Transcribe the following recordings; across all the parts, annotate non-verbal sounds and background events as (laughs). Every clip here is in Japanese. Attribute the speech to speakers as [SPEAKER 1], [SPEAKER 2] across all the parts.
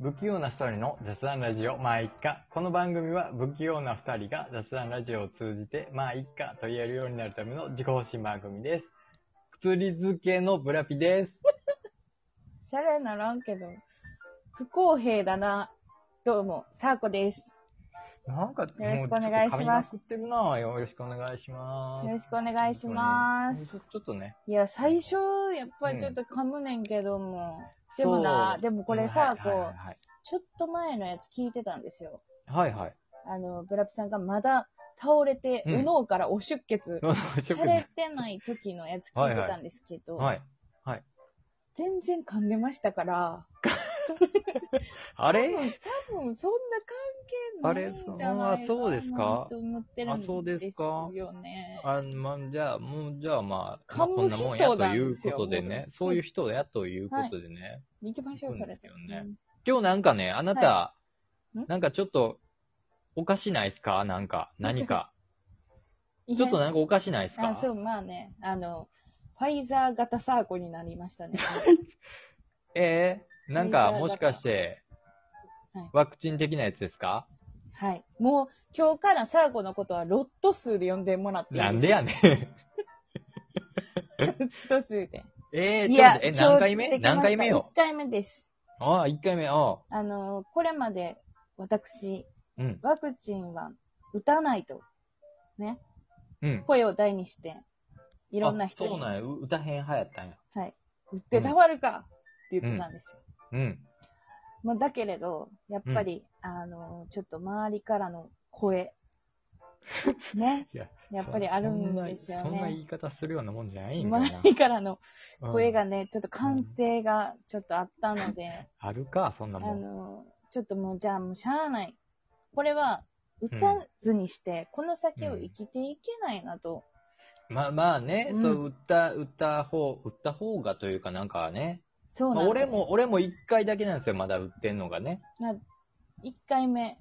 [SPEAKER 1] 不器用な二人の雑談ラジオ、まあいっか。この番組は不器用な二人が雑談ラジオを通じて、まあいっかと言えるようになるための自己保身番組です。くつり漬けのブラピです。
[SPEAKER 2] シャレならんけど、不公平だな。どうも、サーコです。
[SPEAKER 1] なんか、よ
[SPEAKER 2] ろしくお願いします
[SPEAKER 1] くってるなよろしくお願いしま
[SPEAKER 2] よ
[SPEAKER 1] す。
[SPEAKER 2] ろしくお願いします。
[SPEAKER 1] ちょちょっとね。
[SPEAKER 2] いや、最初、やっぱりちょっと噛むねんけども。でもな
[SPEAKER 1] そう、
[SPEAKER 2] でもこれさ、
[SPEAKER 1] はいはい
[SPEAKER 2] こう、ちょっと前のやつ聞いてたんですよ。
[SPEAKER 1] はいはい。はいはい。
[SPEAKER 2] あの、ブラピさんがまだ倒れて、
[SPEAKER 1] うん
[SPEAKER 2] 右脳からお出血
[SPEAKER 1] どうぞ
[SPEAKER 2] されてない時のやつ聞いてたんですけど、
[SPEAKER 1] はい。
[SPEAKER 2] 全然噛んでましたから、
[SPEAKER 1] あ
[SPEAKER 2] 多
[SPEAKER 1] れ
[SPEAKER 2] 分多分そんな関係ないんじゃ
[SPEAKER 1] あ
[SPEAKER 2] な
[SPEAKER 1] れ
[SPEAKER 2] いかな
[SPEAKER 1] そうですか
[SPEAKER 2] と思ってるん
[SPEAKER 1] あそうで
[SPEAKER 2] ですす
[SPEAKER 1] か
[SPEAKER 2] よね。
[SPEAKER 1] あまあ、じゃあ、もう、じゃあまあ、まあ
[SPEAKER 2] 噛む
[SPEAKER 1] こんなもんや
[SPEAKER 2] 人
[SPEAKER 1] と
[SPEAKER 2] なん
[SPEAKER 1] い
[SPEAKER 2] で
[SPEAKER 1] う
[SPEAKER 2] すよ
[SPEAKER 1] ことでね。
[SPEAKER 2] もう
[SPEAKER 1] そういう人やということでね。
[SPEAKER 2] 行きましょう、それ
[SPEAKER 1] そうですよね今日なんかね、あなた、
[SPEAKER 2] いん
[SPEAKER 1] なんかちょっと、おかしないっすかなんか、何か。
[SPEAKER 2] うん
[SPEAKER 1] ちょっとなんかおかしないっすか
[SPEAKER 2] あ、そう、まあね、あの、ファイザー型サーコになりました
[SPEAKER 1] (laughs)
[SPEAKER 2] ね。
[SPEAKER 1] ええなんか、もしかして
[SPEAKER 2] はい、
[SPEAKER 1] ワクチン的なやつですか
[SPEAKER 2] はい。もう、今日からサーコのことはロット数で呼んでもらっていい
[SPEAKER 1] なんでや
[SPEAKER 2] ね
[SPEAKER 1] ねん。
[SPEAKER 2] ロット数で。
[SPEAKER 1] (laughs) ええ
[SPEAKER 2] い
[SPEAKER 1] ちょっ
[SPEAKER 2] や
[SPEAKER 1] と、え、何回目
[SPEAKER 2] 今日できました
[SPEAKER 1] 何回目よ
[SPEAKER 2] 一回目です。
[SPEAKER 1] ああ、1回目、ああ。
[SPEAKER 2] あの、これまで私、
[SPEAKER 1] うん、
[SPEAKER 2] ワクチンは打たないと
[SPEAKER 1] うん。
[SPEAKER 2] 声を大にして、い
[SPEAKER 1] い
[SPEAKER 2] ろんな人
[SPEAKER 1] そう
[SPEAKER 2] に、
[SPEAKER 1] なんや、う歌へん派やったんや。
[SPEAKER 2] はい、打ってたまるかって言ってたんですよ。
[SPEAKER 1] うん。
[SPEAKER 2] まあ、だけれど、やっぱり、あの、ちょっと周りからの
[SPEAKER 1] (laughs)
[SPEAKER 2] 声、ね
[SPEAKER 1] いや、
[SPEAKER 2] やっぱりあるんですよ
[SPEAKER 1] そんなそんな言
[SPEAKER 2] ね。
[SPEAKER 1] い方するようなもんじゃないんかな
[SPEAKER 2] 周りからの
[SPEAKER 1] うん
[SPEAKER 2] 声がね、ちょっと歓声がちょっとあったので、
[SPEAKER 1] あるか、そんな
[SPEAKER 2] あ
[SPEAKER 1] もん。
[SPEAKER 2] の、ちょっともうじゃあもうしゃあない。これは、打たずにして、この先を生きていけないなと。
[SPEAKER 1] まあまあね、
[SPEAKER 2] うん
[SPEAKER 1] そう、売った、売った方、売った方がというかなんかね。
[SPEAKER 2] そ
[SPEAKER 1] ま
[SPEAKER 2] うな
[SPEAKER 1] あ、
[SPEAKER 2] んで
[SPEAKER 1] 俺
[SPEAKER 2] すよ。
[SPEAKER 1] も、俺も一回だけなんですよ、まだ売ってんのがね。
[SPEAKER 2] な1回目、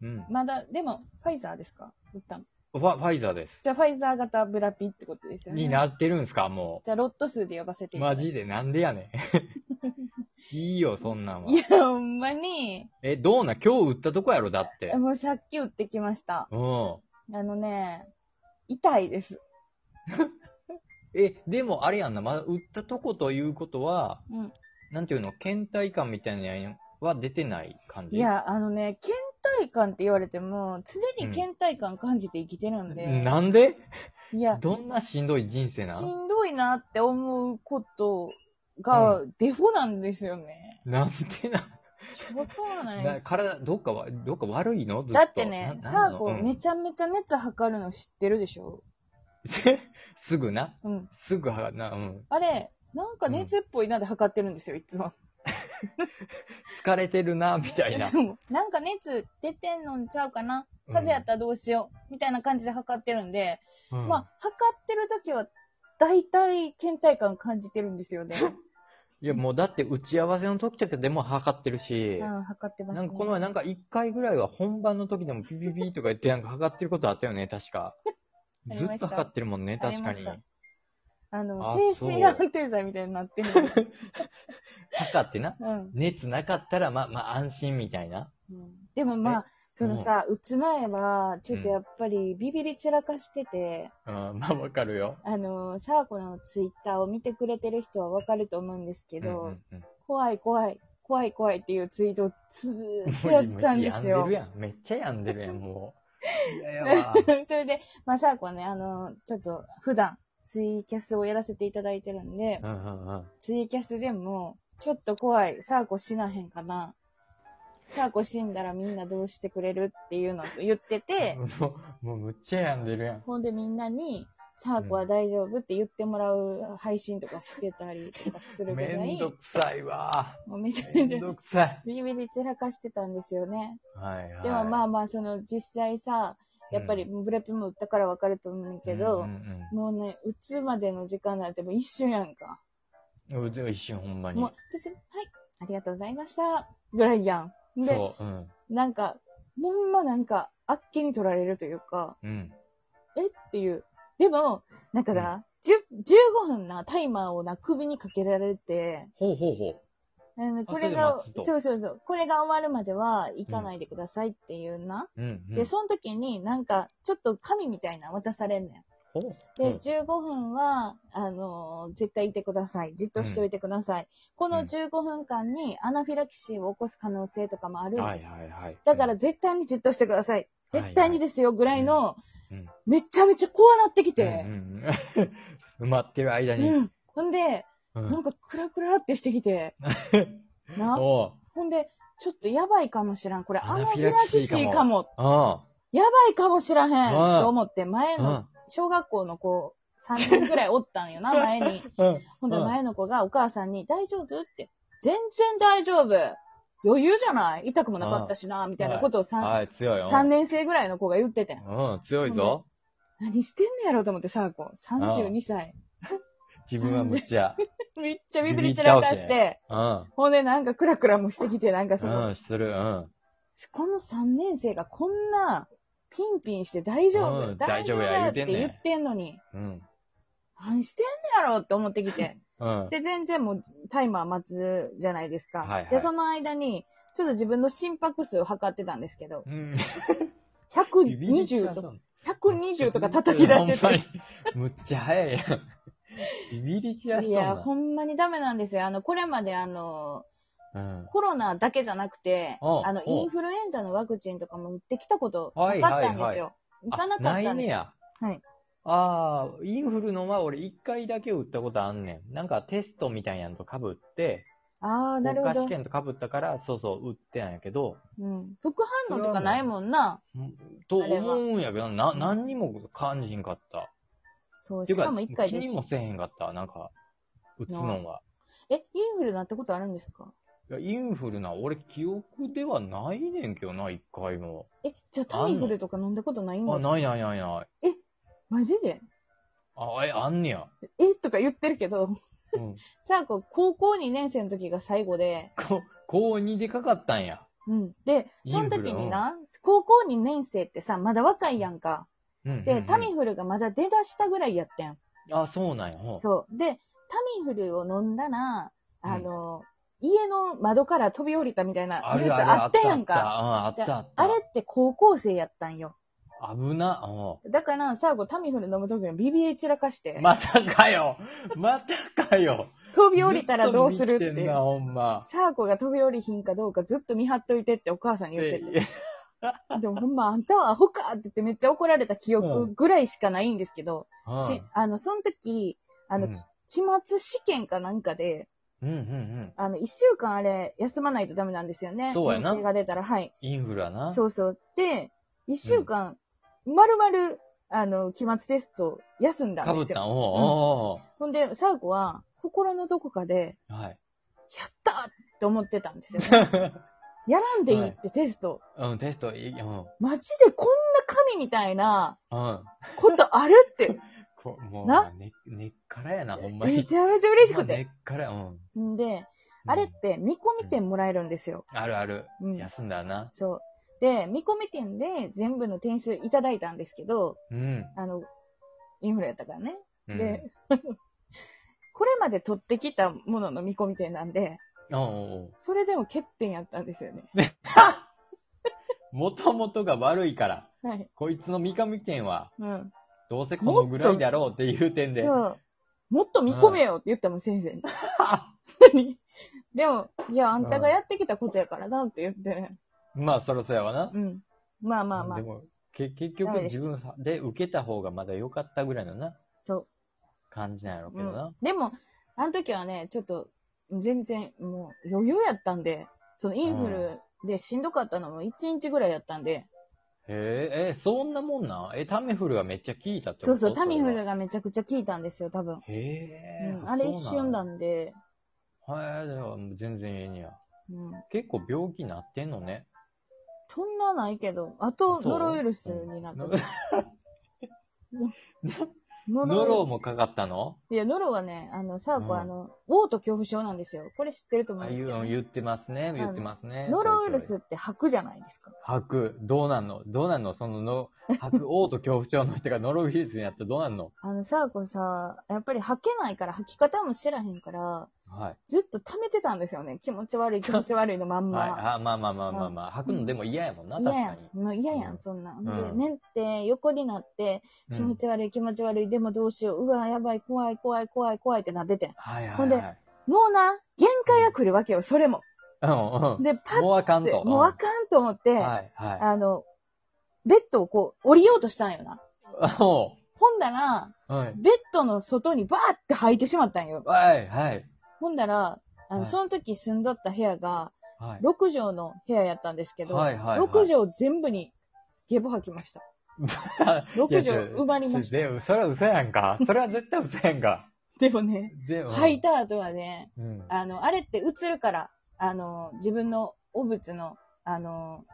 [SPEAKER 1] うん。
[SPEAKER 2] まだ、でも、ファイザーですか打ったの。
[SPEAKER 1] ファファイザーです。
[SPEAKER 2] じゃあ、ファイザー型ブラピってことですよね。
[SPEAKER 1] になってるんすか、も
[SPEAKER 2] じゃあ、ロット数で呼ばせて
[SPEAKER 1] う。
[SPEAKER 2] いただ
[SPEAKER 1] マ
[SPEAKER 2] いて。。
[SPEAKER 1] ジで、なんでやねん。いいよ、そんなんはい
[SPEAKER 2] や、ほんまに、
[SPEAKER 1] え、どうなん今日売ったとこやろ、だって。
[SPEAKER 2] もうさっき打ってきました。
[SPEAKER 1] うん。
[SPEAKER 2] あのね、痛いです。
[SPEAKER 1] え、でも、あれやんな、まだ売ったとこということは、
[SPEAKER 2] うん。
[SPEAKER 1] なんていうの、倦怠感みたいなのは出てない感じ
[SPEAKER 2] い、や、あのね、倦怠感って言われても、常に倦怠感感じて生きてるんで、
[SPEAKER 1] なんで
[SPEAKER 2] いや、
[SPEAKER 1] どんなしんどい人生な
[SPEAKER 2] し
[SPEAKER 1] の
[SPEAKER 2] んどいなって思うことが、デフォなんですよね。
[SPEAKER 1] なんでな。
[SPEAKER 2] わからない
[SPEAKER 1] な
[SPEAKER 2] で
[SPEAKER 1] 体、どっかは、どっか悪いのずっと
[SPEAKER 2] す。だってね、
[SPEAKER 1] なな
[SPEAKER 2] サ
[SPEAKER 1] ん
[SPEAKER 2] ー
[SPEAKER 1] の
[SPEAKER 2] コ
[SPEAKER 1] うん
[SPEAKER 2] めちゃめちゃ熱測るの知ってるでしょ
[SPEAKER 1] すぐな。
[SPEAKER 2] うん。
[SPEAKER 1] すぐは、な、うん。
[SPEAKER 2] あれ、なんか熱っぽいなって測ってるんですよ、いつも。
[SPEAKER 1] 疲れてるな、みたい
[SPEAKER 2] (laughs)
[SPEAKER 1] な。
[SPEAKER 2] なんか熱出てんのんちゃうかな風邪やったらどうしようみたいな感じで測ってるんで、
[SPEAKER 1] うん、うん
[SPEAKER 2] まあ、測ってる時は、大体、倦怠感感じてるんで
[SPEAKER 1] (laughs)
[SPEAKER 2] すよね。
[SPEAKER 1] いや、もうだって打ち合わせの時とかでも測ってるし、
[SPEAKER 2] うん、測ってます、
[SPEAKER 1] な
[SPEAKER 2] ね。
[SPEAKER 1] んかこの前なんか1回ぐらいは本番の時でもピピピとか言ってなんか測ってることあったよね、確か。
[SPEAKER 2] あり
[SPEAKER 1] ず
[SPEAKER 2] ました
[SPEAKER 1] っと測ってるもんね、確か
[SPEAKER 2] あり
[SPEAKER 1] に
[SPEAKER 2] ま。しあの、
[SPEAKER 1] あ
[SPEAKER 2] 精神安定剤みたいになってる。
[SPEAKER 1] 測ってな。
[SPEAKER 2] (laughs) うん、
[SPEAKER 1] 熱なかったら、まあ、まあ安心みたいな。
[SPEAKER 2] うん。でもまあ、そのさ、打つ前は、ちょっとやっぱりビビり散らかしてて、
[SPEAKER 1] うん、まあわかるよ。
[SPEAKER 2] あの、サーコのツイッターを見てくれてる人はわかると思うんですけど、
[SPEAKER 1] うんうんうん
[SPEAKER 2] 怖い怖い、怖い怖いっていうツイートをずーっ
[SPEAKER 1] (laughs)
[SPEAKER 2] と
[SPEAKER 1] も
[SPEAKER 2] や
[SPEAKER 1] う
[SPEAKER 2] ってたんですよ。
[SPEAKER 1] 病んでるやん。めっちゃ病んでるやん、もう。いややわ。
[SPEAKER 2] (laughs) それで、まあ、サーコはね、あの、ちょっと、普段、ツイキャスをやらせていただいてるんで、
[SPEAKER 1] うんうんうん。
[SPEAKER 2] ツイキャスでも、ちょっと怖い、サーコ死なへんかな。サーコ死んだらみんなどうしてくれるっていうのと言ってて、
[SPEAKER 1] (laughs) もう、もうむっちゃ病んでるやん。
[SPEAKER 2] ほんでみんなに、サーコは大丈夫って言ってもらう配信とかしてたりとかするぐらい、
[SPEAKER 1] めんどくさいわ。
[SPEAKER 2] もうめちゃ
[SPEAKER 1] め
[SPEAKER 2] めちゃ
[SPEAKER 1] んどくさい。
[SPEAKER 2] ビリビリ散らかしてたんですよね。
[SPEAKER 1] はいはい。
[SPEAKER 2] でもまあまあ、その実際さ、やっぱりブレピも打ったからわかると思うんだけど、
[SPEAKER 1] うん
[SPEAKER 2] もうね、打つまでの時間なんてもう一瞬やんか。
[SPEAKER 1] うんうん。うで一瞬ほんまに
[SPEAKER 2] もう。、別に、はい、ありがとうございました。ぐらいやん。で、
[SPEAKER 1] そう、うん。
[SPEAKER 2] なんか、ほんまなんか、あっけに取られるというか、
[SPEAKER 1] うん。
[SPEAKER 2] えっていう。でも、なんかな、10 15分なタイマーをな、首にかけられて、
[SPEAKER 1] ほうほうほ
[SPEAKER 2] なので
[SPEAKER 1] あ
[SPEAKER 2] これ
[SPEAKER 1] そ
[SPEAKER 2] が
[SPEAKER 1] れで待つ、と
[SPEAKER 2] そうそうそう、これが終わるまでは行かないでくださいっていうな。
[SPEAKER 1] うん、うん。
[SPEAKER 2] で、その時になんか、ちょっと紙みたいなの渡されんのよ。
[SPEAKER 1] お
[SPEAKER 2] で、
[SPEAKER 1] うん
[SPEAKER 2] 15分は、あのー絶対いてください。じっとしておいてください。この15分間にアナフィラキシーを起こす可能性とかもあるんです。
[SPEAKER 1] はいはいはい。
[SPEAKER 2] だから
[SPEAKER 1] うん、
[SPEAKER 2] 絶対にじっとしてください。絶対にですよぐらいの、
[SPEAKER 1] うんうん
[SPEAKER 2] めちゃめちゃ怖なってき
[SPEAKER 1] う
[SPEAKER 2] て。
[SPEAKER 1] んうんうん (laughs) 埋まってる間
[SPEAKER 2] うん
[SPEAKER 1] に。
[SPEAKER 2] ほんで、
[SPEAKER 1] うん
[SPEAKER 2] なんかクラクラってしてき (laughs) て。な。
[SPEAKER 1] おう
[SPEAKER 2] ほんで、ちょっとやばいかもしらん。これア
[SPEAKER 1] ア
[SPEAKER 2] ナ
[SPEAKER 1] ナ
[SPEAKER 2] フ
[SPEAKER 1] フ
[SPEAKER 2] ィ
[SPEAKER 1] ィ
[SPEAKER 2] ラ
[SPEAKER 1] ラ
[SPEAKER 2] キ
[SPEAKER 1] キ
[SPEAKER 2] シ
[SPEAKER 1] シ
[SPEAKER 2] ー
[SPEAKER 1] ー
[SPEAKER 2] か
[SPEAKER 1] か
[SPEAKER 2] も。
[SPEAKER 1] あ
[SPEAKER 2] やばいかもしらへん。
[SPEAKER 1] うん
[SPEAKER 2] と思って、前
[SPEAKER 1] あ。う
[SPEAKER 2] の
[SPEAKER 1] ん。
[SPEAKER 2] 小学校の子、3人ぐらいおったん (laughs) よな、前に。
[SPEAKER 1] うん。
[SPEAKER 2] ほんで
[SPEAKER 1] うん
[SPEAKER 2] 前の子がお母さんに、大丈夫って。全然大丈夫。余裕じゃない痛くもなかったしな、みたいなことを 3,、
[SPEAKER 1] はい、強いよ。
[SPEAKER 2] 三年生ぐらいの子が言っててん。
[SPEAKER 1] うん、強いぞ。
[SPEAKER 2] 何してんのやろうと思って、サーコ。32歳。
[SPEAKER 1] 自分はむっちゃ。
[SPEAKER 2] めっちゃビビり散らか
[SPEAKER 1] ビ
[SPEAKER 2] し
[SPEAKER 1] ビ
[SPEAKER 2] て、
[SPEAKER 1] うん。
[SPEAKER 2] ほんでなんかクラクラもしてきて、なんかその、
[SPEAKER 1] うん、する。うん。
[SPEAKER 2] この3年生がこんな、ピンピンして大丈夫、
[SPEAKER 1] うん
[SPEAKER 2] 大
[SPEAKER 1] 大丈
[SPEAKER 2] 丈夫
[SPEAKER 1] 夫や
[SPEAKER 2] や
[SPEAKER 1] 言
[SPEAKER 2] っ
[SPEAKER 1] う
[SPEAKER 2] て
[SPEAKER 1] てんねん
[SPEAKER 2] 言ってんのに、
[SPEAKER 1] うん。
[SPEAKER 2] 何してんのやろって思ってきて。
[SPEAKER 1] うん。
[SPEAKER 2] で、全然もうタイマー待つじゃないですか。
[SPEAKER 1] はいはい
[SPEAKER 2] で、その間に、ちょっと自分の心拍数を測ってたんですけど、
[SPEAKER 1] うん。
[SPEAKER 2] 120とか、
[SPEAKER 1] か。
[SPEAKER 2] 120とか叩き出して
[SPEAKER 1] ほんま
[SPEAKER 2] て。
[SPEAKER 1] にむっちゃ早いやん。ビビり散らし
[SPEAKER 2] い
[SPEAKER 1] とんな
[SPEAKER 2] や、ほんまにダメなんですよ。あの、これまであの、
[SPEAKER 1] うん。
[SPEAKER 2] コロナだけじゃなくて、
[SPEAKER 1] おう
[SPEAKER 2] あの、
[SPEAKER 1] おう
[SPEAKER 2] インフルエンザのワクチンとかも打ってきたこと
[SPEAKER 1] は
[SPEAKER 2] ないかったんです
[SPEAKER 1] はい
[SPEAKER 2] よ。打
[SPEAKER 1] あ
[SPEAKER 2] たなかったんです
[SPEAKER 1] ないね
[SPEAKER 2] よ。
[SPEAKER 1] や。
[SPEAKER 2] はい。
[SPEAKER 1] ああ、インフルのは俺一回だけ打ったことあんねん。なんかテストみたいなのと被って、
[SPEAKER 2] ああ、なるほ
[SPEAKER 1] 国家
[SPEAKER 2] ど
[SPEAKER 1] 試。験と被ったから、そうそう、打ってんやけど、
[SPEAKER 2] うん。副反応とかないもんな。
[SPEAKER 1] と
[SPEAKER 2] あれは
[SPEAKER 1] 思うんやけど、な、何にも感じんかった。
[SPEAKER 2] そう、
[SPEAKER 1] て
[SPEAKER 2] し
[SPEAKER 1] いう
[SPEAKER 2] かも一回
[SPEAKER 1] 気
[SPEAKER 2] で
[SPEAKER 1] に
[SPEAKER 2] す。
[SPEAKER 1] もせえへんかった、なんか、打つのは。
[SPEAKER 2] え、インフルなったことあるんですか
[SPEAKER 1] いや、インフルな、俺記憶ではないねんけどな、一回も。
[SPEAKER 2] え、じゃあタイフルとか飲んだことないん
[SPEAKER 1] あ、
[SPEAKER 2] ですか
[SPEAKER 1] ないないないない。
[SPEAKER 2] マジで
[SPEAKER 1] あ、え、あんねや。
[SPEAKER 2] えとか言ってるけど、
[SPEAKER 1] うん。
[SPEAKER 2] さあ、こう、高校2年生の時が最後で、
[SPEAKER 1] こ高2でかかったんや。
[SPEAKER 2] うん。で、その時にな、高校2年生ってさ、まだ若いやんか。
[SPEAKER 1] うんうんうん。
[SPEAKER 2] で、タミフルがまだ出だしたぐらいやってん。
[SPEAKER 1] あ、そうなんや。ほう
[SPEAKER 2] そう。で、タミフルを飲んだら、あの、家の窓から飛び降りたみたいなニュースあったやんか。
[SPEAKER 1] あっ
[SPEAKER 2] で
[SPEAKER 1] たあった。うん、あったあった。
[SPEAKER 2] あれって高校生やったんよ。
[SPEAKER 1] 危な。お
[SPEAKER 2] だから、最後タミフル飲む時に BBA 散らかして、
[SPEAKER 1] またかよまたかよ
[SPEAKER 2] 飛び降りたらどうするって
[SPEAKER 1] ずと見
[SPEAKER 2] い
[SPEAKER 1] んな、
[SPEAKER 2] う。
[SPEAKER 1] ほんま。
[SPEAKER 2] サーコが飛び降りひんかどうかずっと見張っといてってお母さんに言ってて。
[SPEAKER 1] で
[SPEAKER 2] (laughs) でもほんま、あんたはアホかって言ってめっちゃ怒られた記
[SPEAKER 1] う
[SPEAKER 2] 憶ぐらいしかないんですけど、
[SPEAKER 1] うん
[SPEAKER 2] しあの、その時、あの、
[SPEAKER 1] うん
[SPEAKER 2] き期末試験かなんかで、
[SPEAKER 1] うんうんうん。
[SPEAKER 2] あの、一週間あれ、休まないとダメなんですよね。
[SPEAKER 1] そうやな
[SPEAKER 2] 陰性が出たら、はい。
[SPEAKER 1] インフルやな。
[SPEAKER 2] そうそう。で、一週間、まるまる、あの、期末テスト、休んだ
[SPEAKER 1] か
[SPEAKER 2] ん
[SPEAKER 1] ぶ
[SPEAKER 2] で
[SPEAKER 1] っ
[SPEAKER 2] す
[SPEAKER 1] た
[SPEAKER 2] よ。
[SPEAKER 1] んおうおう
[SPEAKER 2] ほんで、サーコは、心のどこかで、
[SPEAKER 1] おうはい。
[SPEAKER 2] やったーって思ってた
[SPEAKER 1] (laughs)
[SPEAKER 2] んですよ、ね。やらんでいいってテスト。
[SPEAKER 1] うん、テストいい。うん。
[SPEAKER 2] マジでこんな神みたいな
[SPEAKER 1] うん。
[SPEAKER 2] ことあるって
[SPEAKER 1] こもう、
[SPEAKER 2] な
[SPEAKER 1] 根、根っからやな、ほん (laughs) まに。
[SPEAKER 2] めちゃめちゃ嬉しく
[SPEAKER 1] ほんま根
[SPEAKER 2] て。
[SPEAKER 1] っから、うん。
[SPEAKER 2] んで、あれって見込み点もらえるんですよ。
[SPEAKER 1] あるある。
[SPEAKER 2] うん。
[SPEAKER 1] 休んだよな。
[SPEAKER 2] そう。で、見込み点で全部の点数いただいたんですけど、
[SPEAKER 1] うん。
[SPEAKER 2] あの、インフルやったからね。
[SPEAKER 1] うん
[SPEAKER 2] で、 (laughs) これまで取ってきたものの見込み点なんで、
[SPEAKER 1] おうおうおう
[SPEAKER 2] それでも欠点やったんですよね。
[SPEAKER 1] もともとが悪いから、
[SPEAKER 2] はい。
[SPEAKER 1] こいつの三上県は、
[SPEAKER 2] うん。
[SPEAKER 1] どうせこのぐらいだろうっていう点で。
[SPEAKER 2] そう。もっと見込めよって言ったもん、先生に。
[SPEAKER 1] は
[SPEAKER 2] 何でも、いや、あんたがやってきたことやからなって言ってね。
[SPEAKER 1] っ (laughs) まあ、そろそろやわな。
[SPEAKER 2] うん。まあまあまあ
[SPEAKER 1] で。も、け結
[SPEAKER 2] ダ
[SPEAKER 1] 局
[SPEAKER 2] メでし
[SPEAKER 1] 自分で受けた方がまだ良かったぐらいのな、
[SPEAKER 2] そう。
[SPEAKER 1] 感じなんやろうけ
[SPEAKER 2] う
[SPEAKER 1] ど
[SPEAKER 2] ん
[SPEAKER 1] な。、
[SPEAKER 2] でも、あの時はね、ちょっと、全然、もう余裕やったんで、そのインフルでしんどかったのも1日ぐらいやったんで、
[SPEAKER 1] へえ、え、そんなもんなんえ、タミフルがめっちゃ効いたってこと
[SPEAKER 2] そうそう、タミフ。
[SPEAKER 1] れ
[SPEAKER 2] ル
[SPEAKER 1] は
[SPEAKER 2] がめちゃくちゃ効いたんですよ、多分。
[SPEAKER 1] へえ、
[SPEAKER 2] うん、あれ一瞬だ
[SPEAKER 1] ね。
[SPEAKER 2] んで、
[SPEAKER 1] はい、ではもう全然ええにや。
[SPEAKER 2] うん。
[SPEAKER 1] 結構病気なってんのね。
[SPEAKER 2] そんなないけど、あと、
[SPEAKER 1] そう
[SPEAKER 2] ノロウイルス
[SPEAKER 1] (laughs)
[SPEAKER 2] になった。
[SPEAKER 1] ノロ
[SPEAKER 2] ノウイルス
[SPEAKER 1] もかかったの
[SPEAKER 2] いや、ノロはね、あの、サーコ、
[SPEAKER 1] うん
[SPEAKER 2] あの、嘔吐恐怖症なんですよ。これ知ってると思う
[SPEAKER 1] あ
[SPEAKER 2] んです
[SPEAKER 1] 言
[SPEAKER 2] け
[SPEAKER 1] う
[SPEAKER 2] ど、
[SPEAKER 1] の言ってますね、言ってますね。
[SPEAKER 2] ノロウイルスって吐くじゃないですか。
[SPEAKER 1] 吐く。どうなんのどうなんのそのの、 (laughs) 吐く、嘔吐恐怖症の人が (laughs) ノロウイルスになったらどうなんの
[SPEAKER 2] あの、サーコさ、やっぱり吐けないから、吐き方も知らへんから、
[SPEAKER 1] うはい。
[SPEAKER 2] ずっと溜めてたんですよね。気持
[SPEAKER 1] (laughs)
[SPEAKER 2] ち悪い、気持ち悪いのまん
[SPEAKER 1] はい。
[SPEAKER 2] ま。
[SPEAKER 1] あまあまあまあまあまあ。吐くのでも嫌やもんな、確
[SPEAKER 2] 嫌
[SPEAKER 1] か
[SPEAKER 2] や
[SPEAKER 1] に。
[SPEAKER 2] ん。もう嫌や
[SPEAKER 1] うん
[SPEAKER 2] ん、そんなん。
[SPEAKER 1] う
[SPEAKER 2] で、
[SPEAKER 1] ん
[SPEAKER 2] ねって横になって、
[SPEAKER 1] うん
[SPEAKER 2] 気持ち悪い、気持ち悪い、でもどうしよう。うわ、やばい、怖い、怖い、怖い、怖いってなっててん。
[SPEAKER 1] はいはい
[SPEAKER 2] ほんで
[SPEAKER 1] はい。
[SPEAKER 2] もうな、限界が来るわけよ、それも。
[SPEAKER 1] うんうん。
[SPEAKER 2] で、パッ
[SPEAKER 1] もうあかん
[SPEAKER 2] て、
[SPEAKER 1] と。
[SPEAKER 2] もうあかんと思って、
[SPEAKER 1] んはいは
[SPEAKER 2] あの、ベッドをこう、降りようとしたんよな。
[SPEAKER 1] い。お
[SPEAKER 2] ほんだら、
[SPEAKER 1] うはい。
[SPEAKER 2] ベッドの外にバーって吐いてしまったんよ。
[SPEAKER 1] はいはい。
[SPEAKER 2] ほんだら、あの、
[SPEAKER 1] はい
[SPEAKER 2] その時住んどった部屋が、
[SPEAKER 1] はい。
[SPEAKER 2] 6畳の部屋やったんですけど、
[SPEAKER 1] はいはいはい
[SPEAKER 2] 6畳全部にゲボ吐き
[SPEAKER 1] (laughs)
[SPEAKER 2] ました。6畳埋まりました。
[SPEAKER 1] た。で、それは嘘やんか。それは絶対嘘やんか。
[SPEAKER 2] でもね、
[SPEAKER 1] で
[SPEAKER 2] 吐い。た後はね、
[SPEAKER 1] うん。
[SPEAKER 2] あの、あれって映るから、あの、自分の汚物の、あの、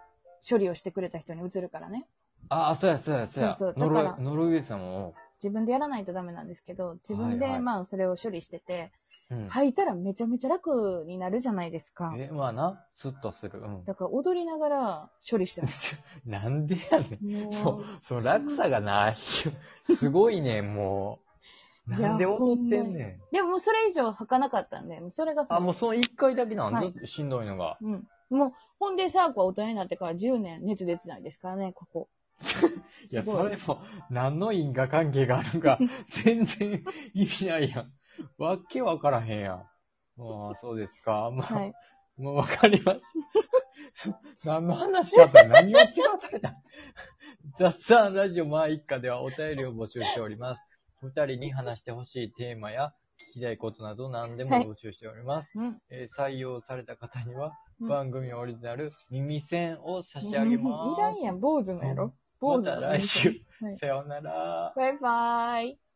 [SPEAKER 2] 処理をしてくれた人に映るからね。
[SPEAKER 1] ああ、そうやそうやそうや。
[SPEAKER 2] そうそう
[SPEAKER 1] ノ
[SPEAKER 2] だから
[SPEAKER 1] ルノルウェーさんも。
[SPEAKER 2] 自分でやらないとダメなんですけど、自分で、
[SPEAKER 1] はいはい
[SPEAKER 2] まあ、それを処理してて、
[SPEAKER 1] うん。
[SPEAKER 2] 吐いたらめちゃめちゃ楽になるじゃないですか。
[SPEAKER 1] え、まあな、スッとする。うん。
[SPEAKER 2] だから踊りながら処理してまし
[SPEAKER 1] なんでやね (laughs) ん。
[SPEAKER 2] た。
[SPEAKER 1] そう、そう、落差がない。 (laughs) すごいね、もう。
[SPEAKER 2] いや
[SPEAKER 1] なんで踊ってんね
[SPEAKER 2] でも、それ以上吐かなかったんで、それが
[SPEAKER 1] ん。
[SPEAKER 2] さ、
[SPEAKER 1] あ、もうその一回だけなんだ、
[SPEAKER 2] はい
[SPEAKER 1] しんどいのが。
[SPEAKER 2] うん。もう、ほんで、サークは大人になってから10年熱出てないですからね、ここ。
[SPEAKER 1] いや、
[SPEAKER 2] す
[SPEAKER 1] そ
[SPEAKER 2] ご
[SPEAKER 1] れ
[SPEAKER 2] い。
[SPEAKER 1] も、何の因果関係があるか、
[SPEAKER 2] (laughs)
[SPEAKER 1] 全然意味ないやん。わけわからへんやん。ああ、そうですか。まあ、
[SPEAKER 2] はい。
[SPEAKER 1] もうわかります。 (laughs) 何の話だった何を聞かされた雑談ラジオまあ一家ではお便りを募集しております。お二人に話してほしいテーマや聞きたいことなど何でも募集しております。
[SPEAKER 2] うん。
[SPEAKER 1] えー採用された方には
[SPEAKER 2] うん
[SPEAKER 1] 番組オリジナル耳栓を差し上げます。
[SPEAKER 2] いらんやん、坊主のやろ。坊主
[SPEAKER 1] また
[SPEAKER 2] の
[SPEAKER 1] 来週
[SPEAKER 2] はい
[SPEAKER 1] さようなら。
[SPEAKER 2] バイバーイ。